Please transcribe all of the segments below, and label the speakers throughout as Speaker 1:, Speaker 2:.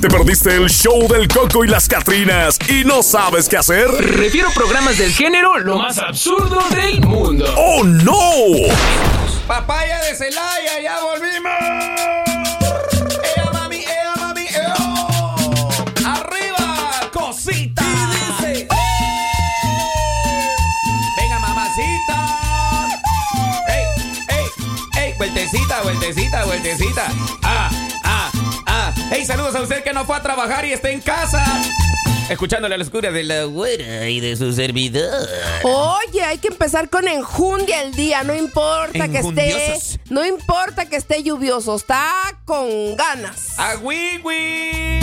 Speaker 1: ¿Te perdiste el show del Coco y las Catrinas y no sabes qué hacer?
Speaker 2: Refiero programas del género lo más absurdo del mundo.
Speaker 1: ¡Oh, no!
Speaker 3: Papaya de Celaya, ya volvimos. Ea, mami, ea, mami, ea. Arriba, cosita. Y dice, "Eh". venga, mamacita. Ey, ey, ey, vueltecita, vueltecita, vueltecita. Ah, ah, ah. Ey, saludos a usted que no fue a trabajar y está en casa. Escuchándole a la oscura de la güera y de su servidor.
Speaker 4: Oye, hay que empezar con enjundia el día, no importa que
Speaker 3: Enjundiosos.
Speaker 4: esté, no importa que esté lluvioso, está con ganas.
Speaker 3: A Wiwi.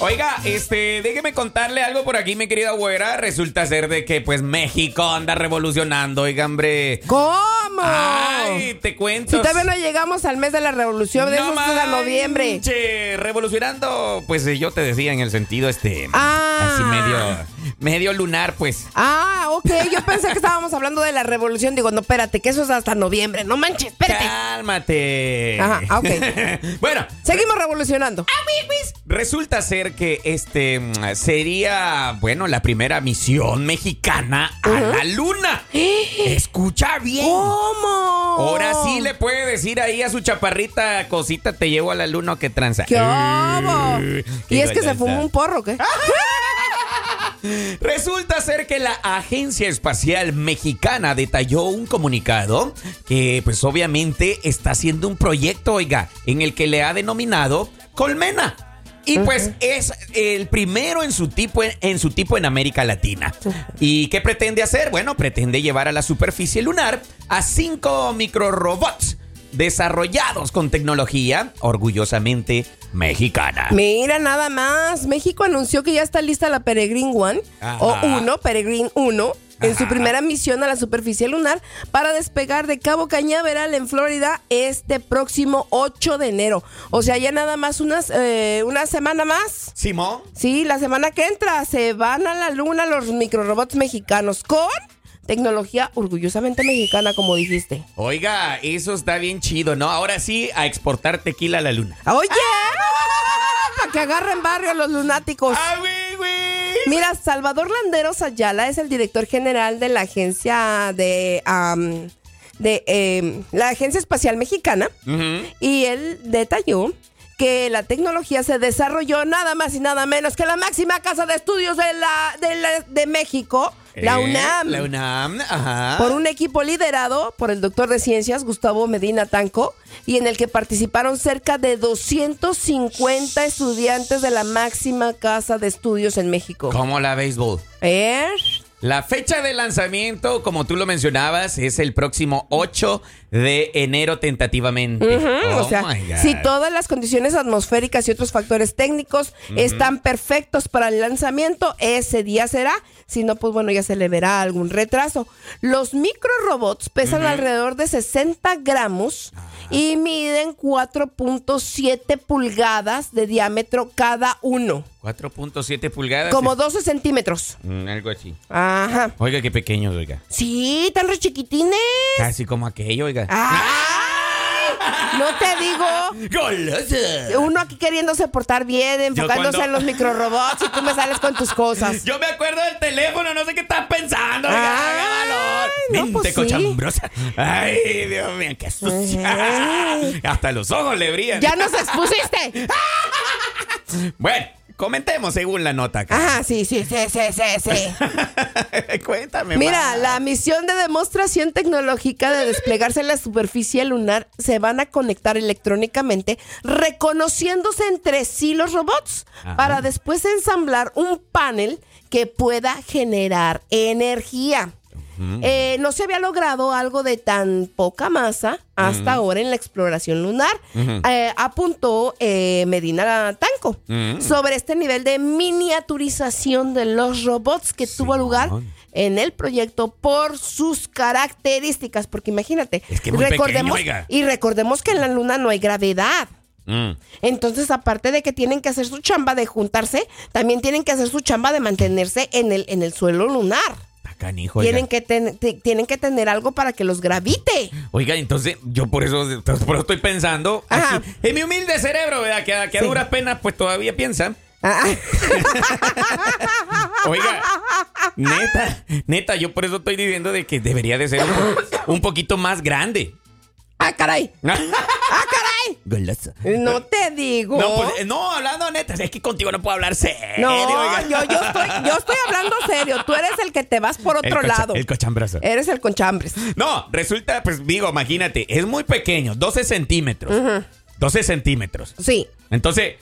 Speaker 3: Oiga, este, déjeme contarle algo por aquí, mi querida güera. Resulta ser de que, pues, México anda revolucionando, oiga, hombre.
Speaker 4: ¿Cómo?
Speaker 3: Ay, te cuento.
Speaker 4: si todavía no llegamos al mes de la revolución, de eso es hasta noviembre.
Speaker 3: manches, revolucionando, pues, eh, yo te decía en el sentido, este,
Speaker 4: Ah.
Speaker 3: así medio, medio lunar, pues.
Speaker 4: Ah, ok, yo pensé que estábamos hablando de la revolución, digo, no, espérate, que eso es hasta noviembre, no manches, espérate.
Speaker 3: Cálmate.
Speaker 4: Ajá, ah, ok.
Speaker 3: bueno,
Speaker 4: Seguimos revolucionando.
Speaker 3: Resulta ser que este mm, sería, bueno, la primera misión mexicana a la luna. Escucha bien.
Speaker 4: Oh. ¿Cómo?
Speaker 3: Ahora sí le puede decir ahí a su chaparrita cosita, te llevo a la luna o que tranza.
Speaker 4: ¿Qué hubo?
Speaker 3: Eh, qué
Speaker 4: Y es que se
Speaker 3: golosa.
Speaker 4: fumó un porro, ¿qué?
Speaker 3: Resulta ser que la Agencia Espacial Mexicana detalló un comunicado que pues obviamente está haciendo un proyecto, oiga, en el que le ha denominado Colmena. Y pues es el primero en su tipo en, en su tipo en América Latina. ¿Y qué pretende hacer? Bueno, pretende llevar a la superficie lunar a cinco microrobots desarrollados con tecnología orgullosamente mexicana.
Speaker 4: Mira, nada más. México anunció que ya está lista la Peregrine One
Speaker 3: Ajá.
Speaker 4: o 1, Peregrine 1, en su primera misión a la superficie lunar para despegar de Cabo Cañaveral en Florida este próximo 8 de enero. O sea, ya nada más unas, eh, una semana más.
Speaker 3: Simón.
Speaker 4: Sí, la semana que entra se van a la luna los microrobots mexicanos con tecnología orgullosamente mexicana, como dijiste.
Speaker 3: Oiga, eso está bien chido, ¿no? Ahora sí, a exportar tequila a la luna.
Speaker 4: Oye, para que agarren barrio los lunáticos.
Speaker 3: Ah,
Speaker 4: Mira, Salvador Landeros Ayala es el director general de la agencia de am, de em, la Agencia Espacial Mexicana
Speaker 3: Ujú.
Speaker 4: y él detalló que la tecnología se desarrolló nada más y nada menos que la máxima casa de estudios de la de, la- de México, la
Speaker 3: Eh,
Speaker 4: UNAM.
Speaker 3: La UNAM, ajá.
Speaker 4: Por un equipo liderado por el doctor de ciencias Gustavo Medina Tanco y en el que participaron cerca de 250 estudiantes de la máxima casa de estudios en México.
Speaker 3: Como la béisbol.
Speaker 4: ¿Eh?
Speaker 3: La fecha de lanzamiento, como tú lo mencionabas, es el próximo 8 de enero tentativamente.
Speaker 4: Ujú,
Speaker 3: Oh
Speaker 4: o sea,
Speaker 3: my God.
Speaker 4: si todas las condiciones atmosféricas y otros factores técnicos están perfectos para el lanzamiento, ese día será. Si no, pues bueno, ya se le verá algún retraso. Los microrobots pesan alrededor de 60 gramos y
Speaker 3: Ah.
Speaker 4: miden 4.7 pulgadas de diámetro cada uno,
Speaker 3: 4.7 pulgadas.
Speaker 4: como 12 centímetros.
Speaker 3: Mm, algo así.
Speaker 4: Ajá.
Speaker 3: Oiga, qué pequeños, oiga.
Speaker 4: Sí, tan re chiquitines.
Speaker 3: Casi como aquello, oiga.
Speaker 4: Ah.
Speaker 3: ¡Ah!
Speaker 4: ¡Ay! No te digo.
Speaker 3: ¡Golosa!
Speaker 4: Uno aquí queriéndose portar bien, enfocándose
Speaker 3: cuando-
Speaker 4: en los microrobots y tú me sales con tus cosas.
Speaker 3: Yo me acuerdo del teléfono, no sé qué estás pensando. oiga,
Speaker 4: Ay,
Speaker 3: qué valor.
Speaker 4: no,
Speaker 3: Mente
Speaker 4: pues sí.
Speaker 3: cochambrosa. Ay, Dios mío, qué sucia. Hasta los ojos le brillan.
Speaker 4: ¡Ya nos expusiste!
Speaker 3: Bueno, comentemos según la nota acá.
Speaker 4: Ajá, sí, sí, sí, sí, sí, sí.
Speaker 3: Cuéntame.
Speaker 4: Mira,
Speaker 3: ma.
Speaker 4: la misión de demostración tecnológica de desplegarse en la superficie lunar se van a conectar electrónicamente, reconociéndose entre sí los robots,
Speaker 3: Ajá.
Speaker 4: para después ensamblar un panel que pueda generar energía.
Speaker 3: Mm.
Speaker 4: Eh, no se había logrado algo de tan poca masa hasta
Speaker 3: Mm.
Speaker 4: ahora en la exploración lunar, eh, apuntó eh, Medina Tanco
Speaker 3: Mm.
Speaker 4: sobre este nivel de miniaturización de los robots que tuvo lugar
Speaker 3: Simón.
Speaker 4: en el proyecto por sus características, porque imagínate,
Speaker 3: Es que muy
Speaker 4: recordemos
Speaker 3: pequeño, oiga.
Speaker 4: y recordemos que en la luna no hay gravedad.
Speaker 3: Mm.
Speaker 4: Entonces, aparte de que tienen que hacer su chamba de juntarse, también tienen que hacer su chamba de mantenerse en el en el suelo lunar.
Speaker 3: Está canijo. oiga.
Speaker 4: Tienen que, ten- te- tienen que tener algo para que los gravite.
Speaker 3: Oiga, entonces yo por eso, por eso estoy pensando.
Speaker 4: Ajá.
Speaker 3: así, en mi humilde cerebro, ¿verdad? Que, a- que a
Speaker 4: Sí.
Speaker 3: duras penas, pues todavía piensan.
Speaker 4: Ah,
Speaker 3: Oiga, neta, neta, yo por eso estoy diciendo de que debería de ser un, po- un poquito más grande.
Speaker 4: ah, caray. Ah, caray.
Speaker 3: Golosa.
Speaker 4: No te digo.
Speaker 3: No, pues, eh, no, hablando neta, es que contigo no puedo hablar serio.
Speaker 4: No,
Speaker 3: oiga.
Speaker 4: yo, yo, estoy, yo estoy hablando serio. Tú eres el que te vas por
Speaker 3: El
Speaker 4: otro
Speaker 3: cocha-
Speaker 4: lado.
Speaker 3: El cochambrazo.
Speaker 4: Eres el conchambres.
Speaker 3: No, resulta, pues digo, imagínate, es muy pequeño, 12 centímetros. 12 centímetros.
Speaker 4: Sí.
Speaker 3: Entonces,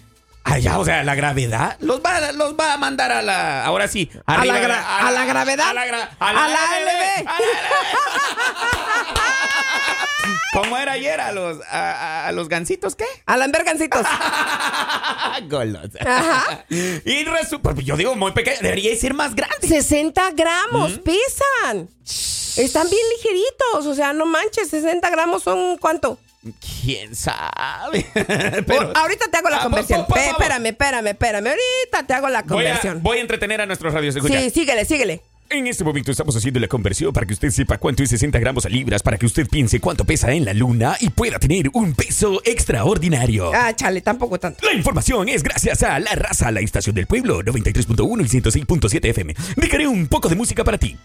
Speaker 3: allá, o sea, la gravedad los va, los va a mandar a la. Ahora sí.
Speaker 4: A
Speaker 3: arriba,
Speaker 4: la, gra- a la gravedad.
Speaker 3: A la, gra-
Speaker 4: A la
Speaker 3: a
Speaker 4: LB.
Speaker 3: la LB. ¿Cómo era ayer? ¿A los, a, a- a los gancitos qué?
Speaker 4: Alan Bergancitos.
Speaker 3: Golosa.
Speaker 4: Ajá.
Speaker 3: Y resulta, yo digo muy pequeño, debería ser más grande.
Speaker 4: 60
Speaker 3: Mm.
Speaker 4: gramos pesan. Están bien ligeritos. O sea, no manches. 60 gramos son cuánto.
Speaker 3: ¿Quién sabe?
Speaker 4: Por- ahorita te hago la
Speaker 3: Ah, por-
Speaker 4: conversión.
Speaker 3: por- por
Speaker 4: Pe-
Speaker 3: favor.
Speaker 4: espérame, espérame, espérame. Ahorita te hago la
Speaker 3: Voy a,
Speaker 4: conversión.
Speaker 3: voy a entretener a nuestros radios. Escucha.
Speaker 4: sí, síguele, síguele.
Speaker 1: En este momento estamos haciendo la conversión para que usted sepa cuánto es 60 gramos a libras, para que usted piense cuánto pesa en la luna y pueda tener un peso extraordinario.
Speaker 4: Ah, chale, tampoco tanto.
Speaker 1: La información es gracias a La Raza, la estación del pueblo, 93.1 y 106.7 FM. Dejaré un poco de música para ti.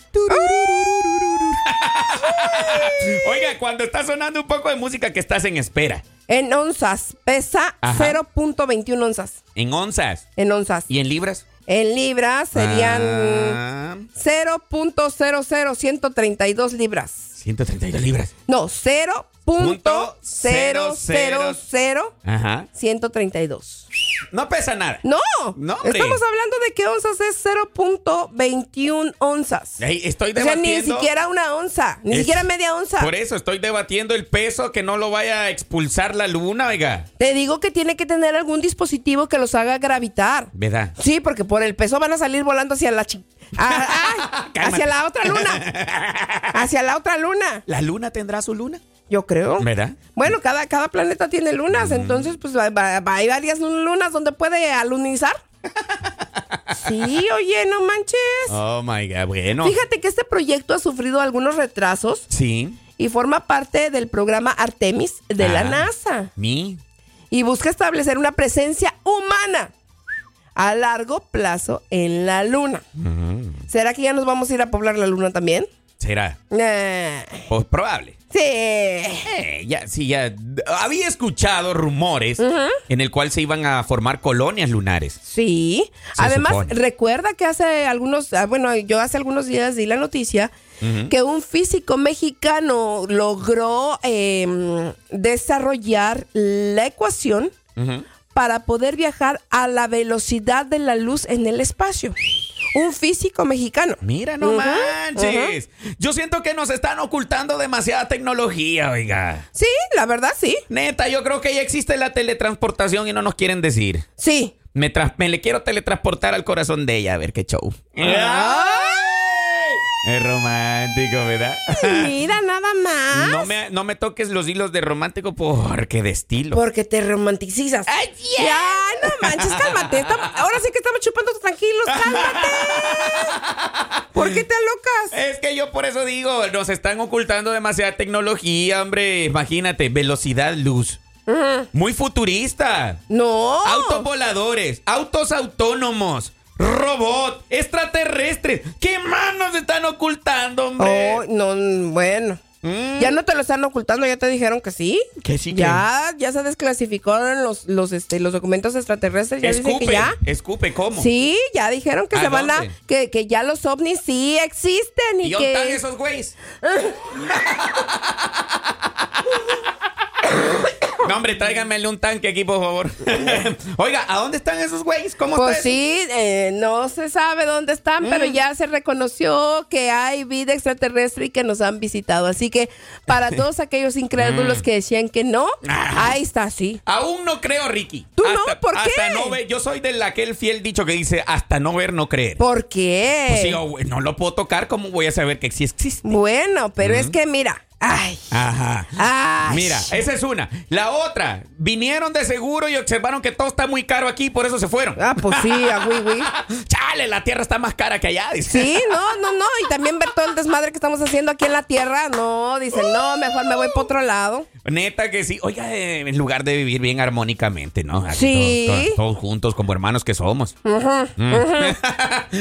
Speaker 3: Oiga, cuando está sonando un poco de música que estás en espera,
Speaker 4: En onzas. Pesa
Speaker 3: Ajá.
Speaker 4: 0.21 onzas.
Speaker 3: en onzas
Speaker 4: En onzas.
Speaker 3: y en libras,
Speaker 4: En libras serían
Speaker 3: Ah.
Speaker 4: 0.00132 libras.
Speaker 3: 132 libras.
Speaker 4: No, 0.000132.
Speaker 3: Ajá. No pesa nada.
Speaker 4: No,
Speaker 3: No, hombre.
Speaker 4: estamos hablando de que onzas es 0.21 onzas.
Speaker 3: Ey, estoy
Speaker 4: O sea,
Speaker 3: debatiendo.
Speaker 4: ni siquiera una onza, ni
Speaker 3: Es-
Speaker 4: siquiera media onza.
Speaker 3: Por e- eso estoy debatiendo el peso que no lo vaya a expulsar la luna, oiga.
Speaker 4: Te digo que tiene que tener algún dispositivo que los haga gravitar.
Speaker 3: ¿Verdad?
Speaker 4: Sí, porque por el peso van a salir volando hacia la chi- Ah, ah,
Speaker 3: Cálmate.
Speaker 4: hacia la otra luna. Hacia la otra luna,
Speaker 3: ¿La luna tendrá su luna?
Speaker 4: yo creo.
Speaker 3: ¿Verdad?
Speaker 4: Bueno, cada, cada planeta tiene lunas,
Speaker 3: Mm.
Speaker 4: entonces pues va- va- va- hay varias lunas donde puede alunizar. Sí, oye, no manches.
Speaker 3: Oh my god, bueno.
Speaker 4: Fíjate que este proyecto ha sufrido algunos retrasos
Speaker 3: Sí.
Speaker 4: y forma parte del programa Artemis de la
Speaker 3: Ah.
Speaker 4: NASA
Speaker 3: Mi.
Speaker 4: y busca establecer una presencia humana a largo plazo en la luna. ¿Será que ya nos vamos a ir a poblar la luna también?
Speaker 3: Será.
Speaker 4: Nah,
Speaker 3: Pues probable.
Speaker 4: sí.
Speaker 3: Eh, ya, sí, ya. Había escuchado rumores en el cual se iban a formar colonias lunares.
Speaker 4: Sí.
Speaker 3: Se
Speaker 4: Además,
Speaker 3: supone.
Speaker 4: recuerda que hace algunos, ah, bueno, yo hace algunos días di la noticia que un físico mexicano logró eh, desarrollar la ecuación para poder viajar a la velocidad de la luz en el espacio. Un físico mexicano.
Speaker 3: Mira, no
Speaker 4: Ujú,
Speaker 3: manches. Yo siento que nos están ocultando demasiada tecnología, oiga.
Speaker 4: Sí, la verdad sí.
Speaker 3: Neta, yo creo que ya existe la teletransportación y no nos quieren decir.
Speaker 4: Sí.
Speaker 3: Me, tras- me le quiero teletransportar al corazón de ella, a ver qué show. Es romántico, ¿verdad?
Speaker 4: Mira, nada más.
Speaker 3: Ah. No me, no me toques los hilos de romántico porque de estilo.
Speaker 4: Porque te romanticizas.
Speaker 3: Ay, yeah.
Speaker 4: Ya, no manches, cálmate. Estamos- ahora sí que estamos chupando tranquilos, cálmate. ¿Por qué te alocas?
Speaker 3: Es que yo por eso digo, nos están ocultando demasiada tecnología, hombre. Imagínate, velocidad luz. Muy futurista.
Speaker 4: No.
Speaker 3: Autos voladores, autos autónomos, robot, extraterrestres. ¿Qué más nos están ocultando, hombre?
Speaker 4: Oh, no, bueno.
Speaker 3: Mm.
Speaker 4: Ya no te lo están ocultando, ya te dijeron que sí.
Speaker 3: Que sí, que-
Speaker 4: Ya, ya se desclasificaron los, los, este, los documentos extraterrestres, ya dicen
Speaker 3: escupe,
Speaker 4: que ya.
Speaker 3: escupe, ¿cómo?
Speaker 4: Sí, ya dijeron que
Speaker 3: ¿A
Speaker 4: se van
Speaker 3: dónde?
Speaker 4: a. Que, que ya los ovnis sí existen y,
Speaker 3: ¿Y dónde están
Speaker 4: que.
Speaker 3: esos güeyes? no, hombre, tráiganmele un tanque aquí, por favor. Oiga, ¿a dónde están esos güeyes? ¿Cómo
Speaker 4: Pues
Speaker 3: está eso?
Speaker 4: sí, Mm. eh, no se sabe dónde están, pero ya se reconoció que hay vida extraterrestre y que nos han visitado. Así que para todos aquellos incrédulos que decían que no, ahí está, sí.
Speaker 3: Aún no creo, Ricky.
Speaker 4: ¿Tú no? ¿Por qué?
Speaker 3: hasta no ver. Yo soy de aquel fiel dicho que dice hasta no ver, no creer.
Speaker 4: ¿Por qué?
Speaker 3: Pues sí, oh, güey, no lo puedo tocar, ¿cómo voy a saber que sí existe?
Speaker 4: Mm. bueno, pero es que mira, Ay.
Speaker 3: Ajá.
Speaker 4: Ay.
Speaker 3: Mira, esa es una. La otra, vinieron de seguro y observaron que todo está muy caro aquí, por eso se fueron.
Speaker 4: Ah, pues sí, a Wii Wii.
Speaker 3: Chale, la tierra está más cara que allá, dice.
Speaker 4: Sí, no, no, no. Y también ver todo el desmadre que estamos haciendo aquí en la tierra. No, dicen, no, mejor me voy para otro lado.
Speaker 3: Neta que sí. Oiga, eh, en lugar de vivir bien armónicamente, ¿no? Aquí
Speaker 4: Sí.
Speaker 3: Todos, todos- todos juntos, como hermanos que somos. Mm.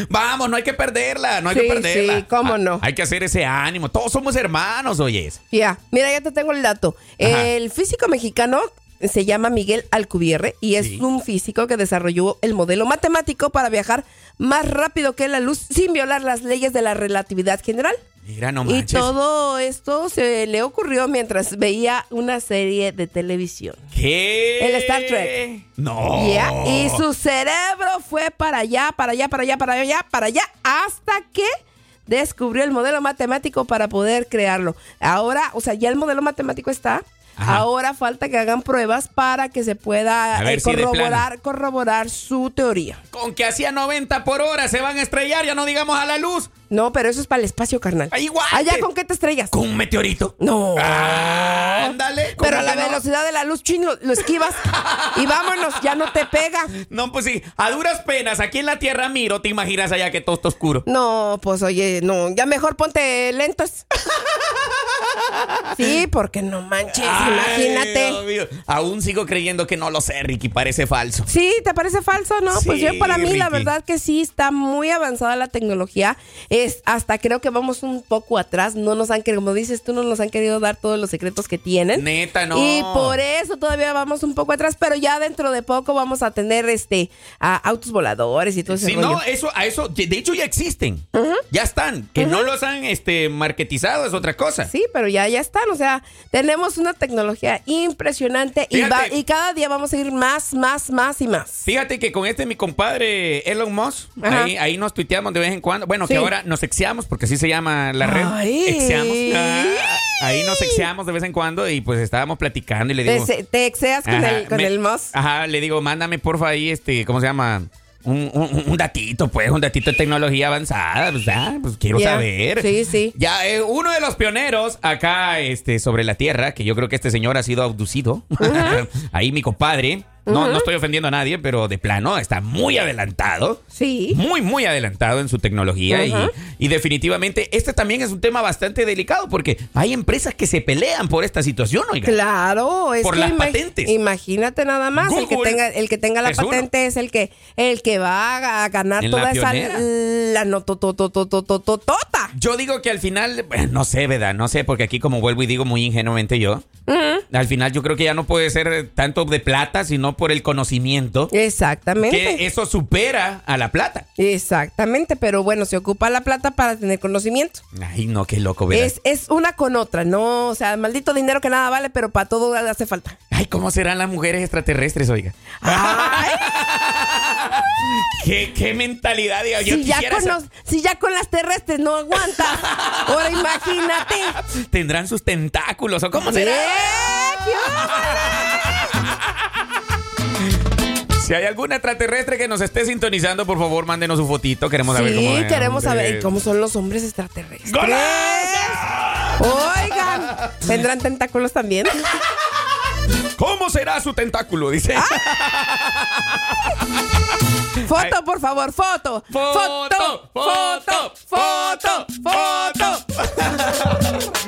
Speaker 3: Vamos, no hay que perderla, no hay
Speaker 4: Sí,
Speaker 3: que perderla.
Speaker 4: sí, cómo
Speaker 3: Ah,
Speaker 4: no.
Speaker 3: Hay que hacer ese ánimo. Todos somos hermanos, oyes.
Speaker 4: Ya, mira, ya te tengo el dato.
Speaker 3: Ajá.
Speaker 4: El físico mexicano se llama Miguel Alcubierre y es
Speaker 3: Sí.
Speaker 4: un físico que desarrolló el modelo matemático para viajar más rápido que la luz sin violar las leyes de la relatividad general.
Speaker 3: Mira, no
Speaker 4: y
Speaker 3: manches.
Speaker 4: todo esto se le ocurrió mientras veía una serie de televisión.
Speaker 3: ¿Qué?
Speaker 4: El Star Trek.
Speaker 3: No.
Speaker 4: Ya, Y
Speaker 3: Oh.
Speaker 4: su cerebro fue para allá, para allá, para allá, para allá, para allá, hasta que descubrió el modelo matemático para poder crearlo. Ahora, o sea, ya el modelo matemático está.
Speaker 3: Ajá.
Speaker 4: Ahora falta que hagan pruebas para que se pueda
Speaker 3: A ver
Speaker 4: eh,
Speaker 3: si de plano.
Speaker 4: corroborar, corroborar su teoría.
Speaker 3: Con que hacía 90 por hora se van a estrellar, ya no digamos a la luz.
Speaker 4: No, pero eso es para el espacio, carnal.
Speaker 3: Ah, igual.
Speaker 4: Allá con qué te estrellas.
Speaker 3: Con un meteorito.
Speaker 4: No.
Speaker 3: Ah, ándale. ¿cómo
Speaker 4: Pero a la
Speaker 3: que no?
Speaker 4: velocidad de la luz, chin, lo, lo esquivas. y vámonos, ya no te pega.
Speaker 3: No, pues sí, a duras penas, aquí en la tierra miro, te imaginas allá que todo está oscuro.
Speaker 4: No, pues oye, no, ya mejor ponte lentos. Sí, porque no manches,
Speaker 3: Ay, Dios
Speaker 4: imagínate.
Speaker 3: mío. Aún sigo creyendo que no lo sé, Ricky, parece falso.
Speaker 4: Sí, ¿te parece falso? No, pues
Speaker 3: Sí,
Speaker 4: yo para mí la
Speaker 3: Ricky.
Speaker 4: verdad que sí está muy avanzada la tecnología. Es hasta creo que vamos un poco atrás, no nos han querido, como dices tú, no nos han querido dar todos los secretos que tienen.
Speaker 3: Neta, no.
Speaker 4: Y por eso todavía vamos un poco atrás, pero ya dentro de poco vamos a tener este a autos voladores y todo ese
Speaker 3: Sí,
Speaker 4: rollo.
Speaker 3: no, eso, a eso, de de hecho ya existen. Ya están. Que no los han este, marketizado es otra cosa.
Speaker 4: Sí, pero ya, ya están. O sea, tenemos una tecnología impresionante y, va-
Speaker 3: Fíjate.
Speaker 4: y cada día vamos a ir más, más, más y más.
Speaker 3: Fíjate que con este mi compadre Elon Musk,
Speaker 4: Ajá.
Speaker 3: ahí, ahí nos tuiteamos de vez en cuando. Bueno, que
Speaker 4: Sí.
Speaker 3: ahora nos exeamos, porque así se llama la red.
Speaker 4: Ay.
Speaker 3: Exeamos. Ah, ahí nos exeamos de vez en cuando y pues estábamos platicando y le
Speaker 4: Te,
Speaker 3: digo.
Speaker 4: se- te exeas con
Speaker 3: Ajá,
Speaker 4: el, con
Speaker 3: me- ah,
Speaker 4: el Moss.
Speaker 3: Ajá, le digo, mándame porfa ahí, este, ¿cómo se llama? Un, un- un datito, pues, un datito de tecnología avanzada, pues, ah, pues quiero
Speaker 4: Ya.
Speaker 3: saber.
Speaker 4: Sí, sí.
Speaker 3: Ya, eh, uno de los pioneros acá, este, sobre la tierra, que yo creo que este señor ha sido abducido. ahí mi compadre. No, no estoy ofendiendo a nadie, pero de plano está muy adelantado.
Speaker 4: Sí.
Speaker 3: Muy, muy adelantado en su tecnología. y-
Speaker 4: Ajá.
Speaker 3: y, definitivamente, este también es un tema bastante delicado porque hay empresas que se pelean por esta situación, oiga.
Speaker 4: Claro, es
Speaker 3: Por
Speaker 4: que
Speaker 3: las
Speaker 4: ima-
Speaker 3: patentes.
Speaker 4: Imagínate nada más, el que
Speaker 3: Google
Speaker 4: tenga el que tenga la
Speaker 3: es uno.
Speaker 4: patente es el que el que va a- a ganar
Speaker 3: En la
Speaker 4: toda esa
Speaker 3: pionera.
Speaker 4: la nototototototota.
Speaker 3: Yo digo que al final, bueno, no sé, ¿verdad? No sé, porque aquí como vuelvo y digo muy ingenuamente yo, al final yo creo que ya no puede ser tanto de plata, sino por el conocimiento, que
Speaker 4: Exactamente.
Speaker 3: eso supera a la plata.
Speaker 4: Exactamente, pero bueno, se ocupa la plata para tener conocimiento.
Speaker 3: Ay, no, qué loco, ¿verdad?
Speaker 4: Es, es una con otra, ¿no? O sea, maldito dinero que nada vale, pero para todo hace falta.
Speaker 3: Ay, ¿cómo serán las mujeres extraterrestres, oiga? Ah,
Speaker 4: Ay,
Speaker 3: ¿Qué, qué mentalidad, diga? Yo
Speaker 4: si, ya
Speaker 3: quisiera
Speaker 4: con
Speaker 3: ser-
Speaker 4: los- si ya con las terrestres no aguantas, ahora imagínate.
Speaker 3: Tendrán sus tentáculos, ¿o cómo será?
Speaker 4: ¡Eh, qué horror!
Speaker 3: Si hay algún extraterrestre que nos esté sintonizando, por favor, mándenos su fotito, queremos saber cómo
Speaker 4: Sí,
Speaker 3: es.
Speaker 4: queremos saber ¿y cómo son los hombres extraterrestres.
Speaker 3: ¡Golazo!
Speaker 4: Oigan, ¿tendrán tentáculos también?
Speaker 3: ¿Cómo será su tentáculo? Dice.
Speaker 4: Foto, por favor, foto.
Speaker 3: Foto, foto, foto, foto.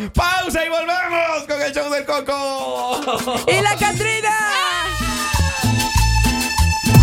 Speaker 3: Pausa y volvemos con el show del coco.
Speaker 4: ¡Y la Catrina!